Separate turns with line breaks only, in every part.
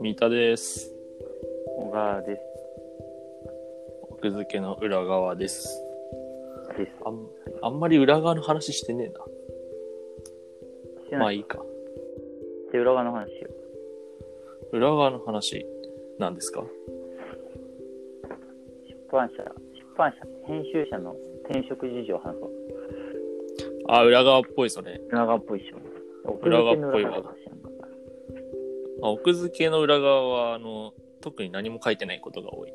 三田です
小川です。
奥付けの裏側です
です。
あんあんまり裏側の話してねえ
して
なま
な
あ
い。
いいか
で、裏側の話を。
裏側の話なんですか
出版社、出版社、編集者の転職事情を話そう。
あ裏側っぽいそれ
裏側っぽいっしょ。
裏側っぽいわ
奥付けの
あ奥付けの裏
裏側の話なんだ
側はあの特に何も書いてないことが多い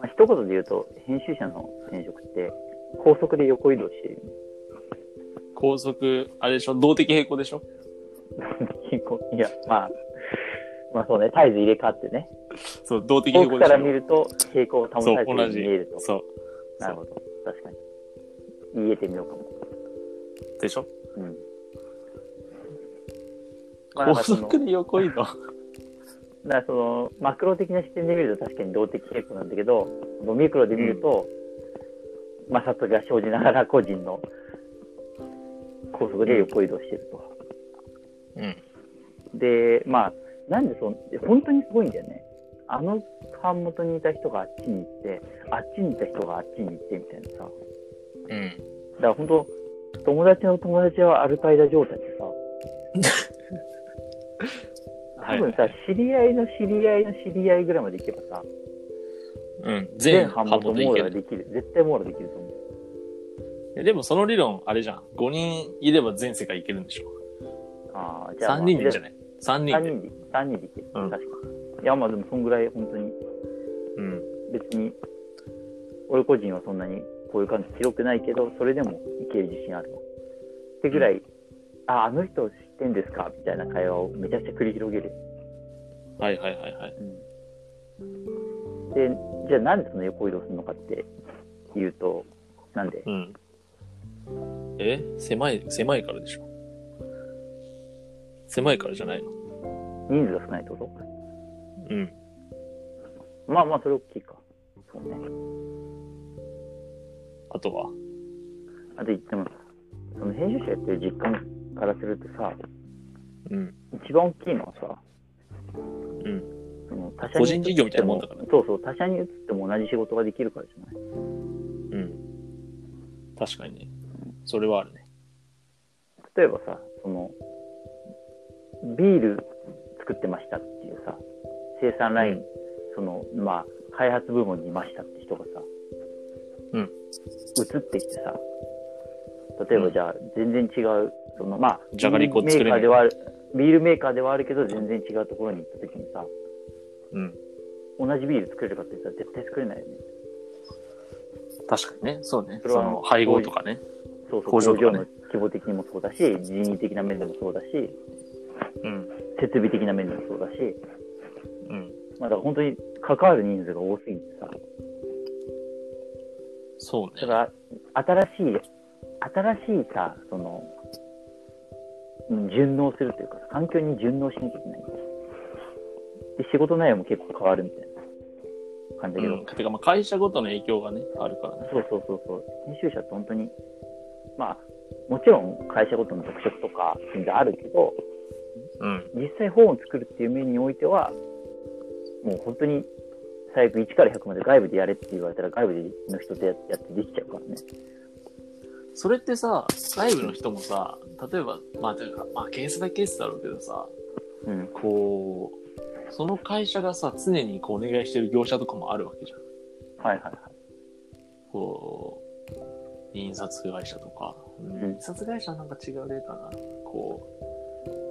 まあ、一言で言うと、編集者の転職って、高速で横移動している。
高速あれでしょ動的平衡でしょ
いや、まあ、まあそうね、絶えず入れ替わってね。
そう動的平
遠
衡
く
で
か
し
ら見
ょ
ると、平行を保た
そ
れ
う
て
同
いるように
じ
見えると。
そう
なるほど。確かに。言えてみようかも。
でしょ
うん。まあなん
高
かその
速で横移動
だからそのマクロ的な視点で見ると確かに動的傾向なんだけどこうミクロで見ると、摩擦が生じながら個人の高速で横移動してると。
うん
でまあなんでその本当にすごいんだよね。あの版元にいた人があっちに行ってあっちにいた人があっちに行ってみたいなさ
うん
だから本当友達の友達はアルカイダ状態でさ多分さ、知り合いの知り合いの知り合いぐらいまでいけばさ
うん
全
全
版
版
元
元でい
網
け
羅
る
できる絶対網羅できると思う
えでもその理論あれじゃん5人いれば全世界いけるんでしょ
ああじゃ
3
あ、
人でいいんじゃ
ない
ない ?3 人
3
で。
人で3人でいける、
うん
確かにいやまあでもそんぐらい本当に
うん。
別に俺個人はそんなにこういう感じ広くないけどそれでもいける自信あるわってぐらい、ああの人知ってんですかみたいな会話をめちゃくちゃ繰り広げる
はいはいはいはい。
でじゃあなんでその横移動するのかって言うとなんで
うん。え狭い、狭いからでしょ。狭いからじゃないの
人数が少ないってこ
うん。
とまあまあそれ大きいかそうね
あとは
あと言ってもその編集者やってる実感からするとさ
うん。
一番大きいのはさ
うん。
その他
個
社
人
に移
事業
っ
みたいな
て
もん
も
だから。
そうそう他社に移っても同じ仕事ができるからじゃない
うん。確かにね。それはあるね。
例えばさそのビール作ってましたっていうさ生産ライン、
うん
そのまあ開発部門にいましたって人がさ、
うん
移ってきてさ例え
う
ば
ん
じゃあ全然違うそのまあ
じゃがりこ
ビー
作
ルメーカー
れない
ではあるビールメーカーではあるけど全然違うところに行った時にさ
うん。
同じビール作れるかって言ったら絶対作れないよね
確かにね。そうね。
それは
その配合とかね。
そうそ
工
う工
場
場
とかね
の規模的にもそうだし人員的な面でもそうだし
うん。
設備的な面でもそうだし
うん。
まあ、だから本当に関わる人数が多すぎてさ、
そう
だ
ね。
から新しい、新しいさ、その、うん順応するというか、環境に順応しなきゃいけない。で、仕事内容も結構変わるみたいな感じ
う
だけど、
ん。てか、まあ会社ごとの影響がね、あるからね。
そうそうそうそう、編集者って本当に、まあ、もちろん会社ごとの特色とか、全然あるけど、
うん。
実際本を作るっていう面においては、もう本当に最悪1から100まで外部でやれって言われたら外部の人とややってできちゃうからね。
それってさ、外部の人もさ、例えば、まあ、てかまあ、ケースバイケースだろうけどさ、
うん。
こう、その会社がさ、常にこうお願いしてる業者とかもあるわけじゃん。
はいはいはい。
こう、印刷会社とか。うん
うん
印刷会社はなんか違う例かな。こ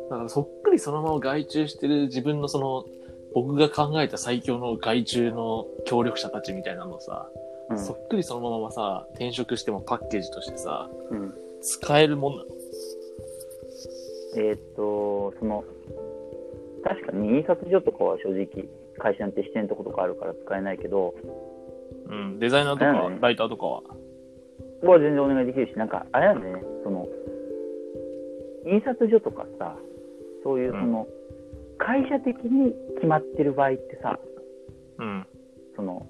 う、だからそっくりそのまま外注してる自分のその、僕が考えた最強の外注の協力者たちみたいなのをさ、
うん
そっくりそのままさ、転職してもパッケージとしてさ、
うん、
使えるもんなの
えーっと、その、確かに印刷所とかは正直、会社なんて支店とことかあるから使えないけど、こ
うん、デザイナーと
だよ
か
ね、
ライターとかは。
こは全然お願いできるし、なんか、あれなんだよね、その、印刷所とかさ、そういう
う
そ
ん
の、会社的に決まってる場合ってさ、
うん。
その、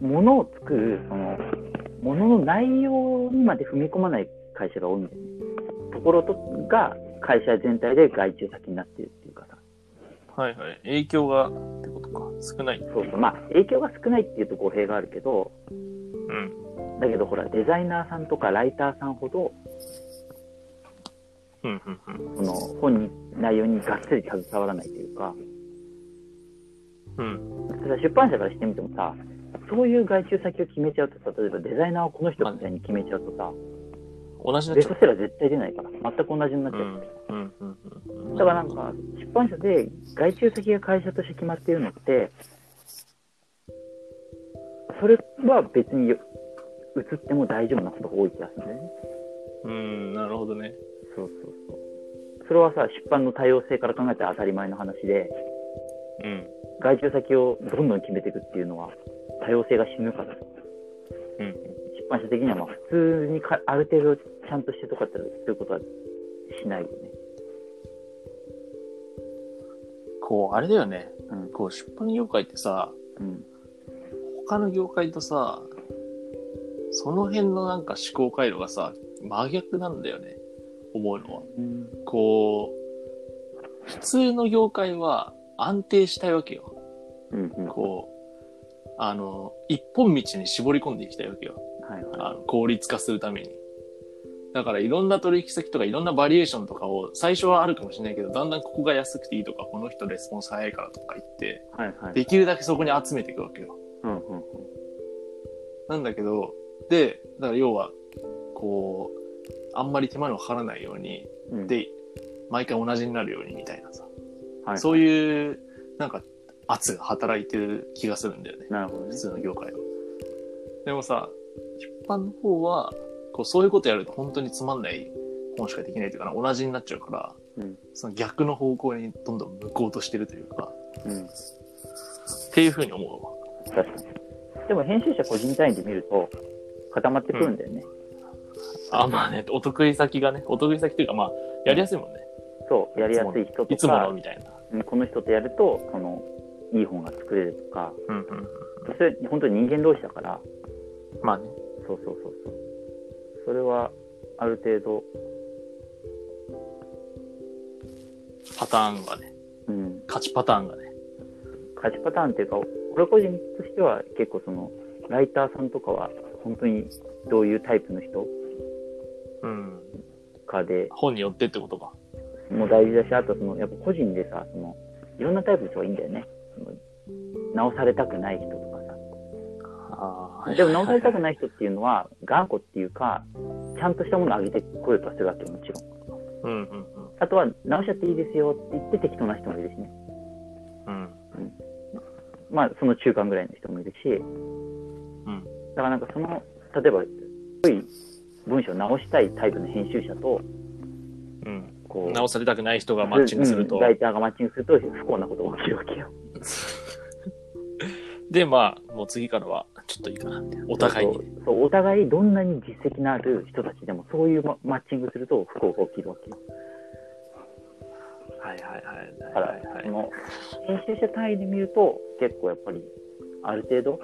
物を作る、その、物の内容にまで踏み込まない会社が多いんですね。ところとが、会社全体で外注先になってるっていうかさ。
はいはい。影響が、ってことか。少ない。
そうそう。まあ、影響が少ないっていうと語弊があるけど、
うん。
だけどほら、デザイナーさんとかライターさんほど、
うん、うん、うん。
その、本に、内容にがっつり携わらないというか、
うん。
ただ出版社からしてみてもさ、そういう外注先を決めちゃうとさ、例えばデザイナーをこの人みたいに決めちゃうとさ、
同じにな
ベ
っち
ス
ゃ
ト
っ
セラー絶対出ないから、全く同じになっちゃう。
た。うん、うん、うん。
だからなんか、出版社で外注先が会社として決まっているのって、それは別に映っても大丈夫なことが多い気がするんだよね。
うん、なるほどね。
そうそうそう。それはさ、出版の多様性から考えて当たり前の話で、
うん。
外注先をどんどん決めていくっていうのは、多様性が死ぬから。
うん。
出版社的にはまあ普通にかある程度ちゃんとしてとかってそういうことはしないよね。
こう、あれだよね。
うん
こう、出版業界ってさ、
うん。
他の業界とさ、その辺のなんか思考回路がさ、真逆なんだよね。思うのは。
うん。
こう、普通の業界は安定したいわけよ。
うん。うん。は
こう、あの、一本道に絞り込んでいきたいわけよ。
いは
あの効率化するために。だからいろんな取引先とかいろんなバリエーションとかを最初はあるかもしれないけど、だんだんここが安くていいとか、この人レスポンス早いからとか言って、
い。はいはい。
できるだけそこに集めていくわけよ。
うんうんうん。
なんだけど、で、だから要は、こう、あんまり手間のかからないように、
うん、
で、毎回同じになるようにみたいなさ。
はい、
そういう、なんか、圧が働いてる気がするんだよね。
なるほど
普
ね。
通の業界は。でもさ、出版の方は、こう、そういうことやると本当につまんない本しかできないというかな、同じになっちゃうから、
うん
その逆の方向にどんどん向こうとしてるというか、
うん、
っていうふうに思
確かに。でも編集者個人単位で見ると固まってくるんだよね。
うわ。あ、まあね、お得意先がね、お得意先というか、まあ、やりやすいもんね。
そう、やりやすい人
い
と
つもの
か、
みたいな。
うんこの人とやると、その、いい本が作れるとか、
うんうん。
それ本当に人間同士だから、
まあね。
そうそうそうそう。それは、ある程度、
パターンがね、
うん、
勝ちパターンがね。
勝ちパターンっていうか、俺個人としては結構その、ライターさんとかは、本当にどういうタイプの人
うん。
かで
本によってってことか。
もう大事だし、あとその、やっぱ個人でさ、その、いろんなタイプの人がいいんだよね。その直されたくない人とか
あ
さ。でも直されたく
い。
ない人っていうのは、頑固っていうか、ちゃんとしたものを上げてこようとはするわけよ、もちろ
うん
ん。
うんうん。
あとは、直しちゃっていいですよって言って適当な人もいるしね。
うん。
まあ、その中間ぐらいの人もいるし、
うん。
だからなんかその、例えば、すごい文章を直したいタイプの編集者と、
うん。
こう、
直されたくない人がマッチングすると
うん。ライターがマッチングすると、不幸なことが起きるわけよ。
で、まあ、もう次からは、ちょっといいかな、みたいな。お互いに
そう
ね。
そうお互いどんなに実績のある人たちでもそういうママッチングすると不幸が起きるわけよ
はいはいはい。
だから、その編集者単位で見ると結構やっぱりある程度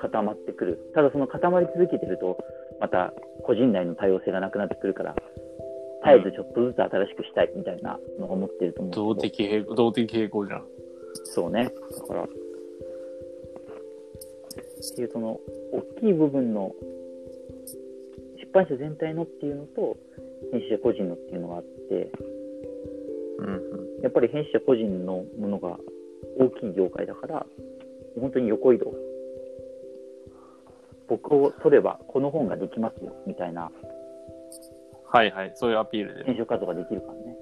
固まってくるただその固まり続けてるとまた個人内の多様性がなくなってくるから絶えずちょっとずつ新しくしたいみたいなのを思ってると思うけど
動的平行、動的平行じゃん。
そうね。だから、っていうその、大きい部分の、出版社全体のっていうのと、編集者個人のっていうのがあって、
うん。
やっぱり編集者個人のものが大きい業界だから、本当に横移動。僕を取ればこの本ができますよ、みたいな
はいはい。そういうアピールで。
編集活動ができるからね。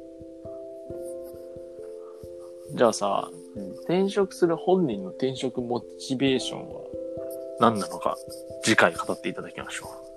じゃあさ、
うん
転職する本人の転職モチベーションは何なのか、次回語っていただきましょう。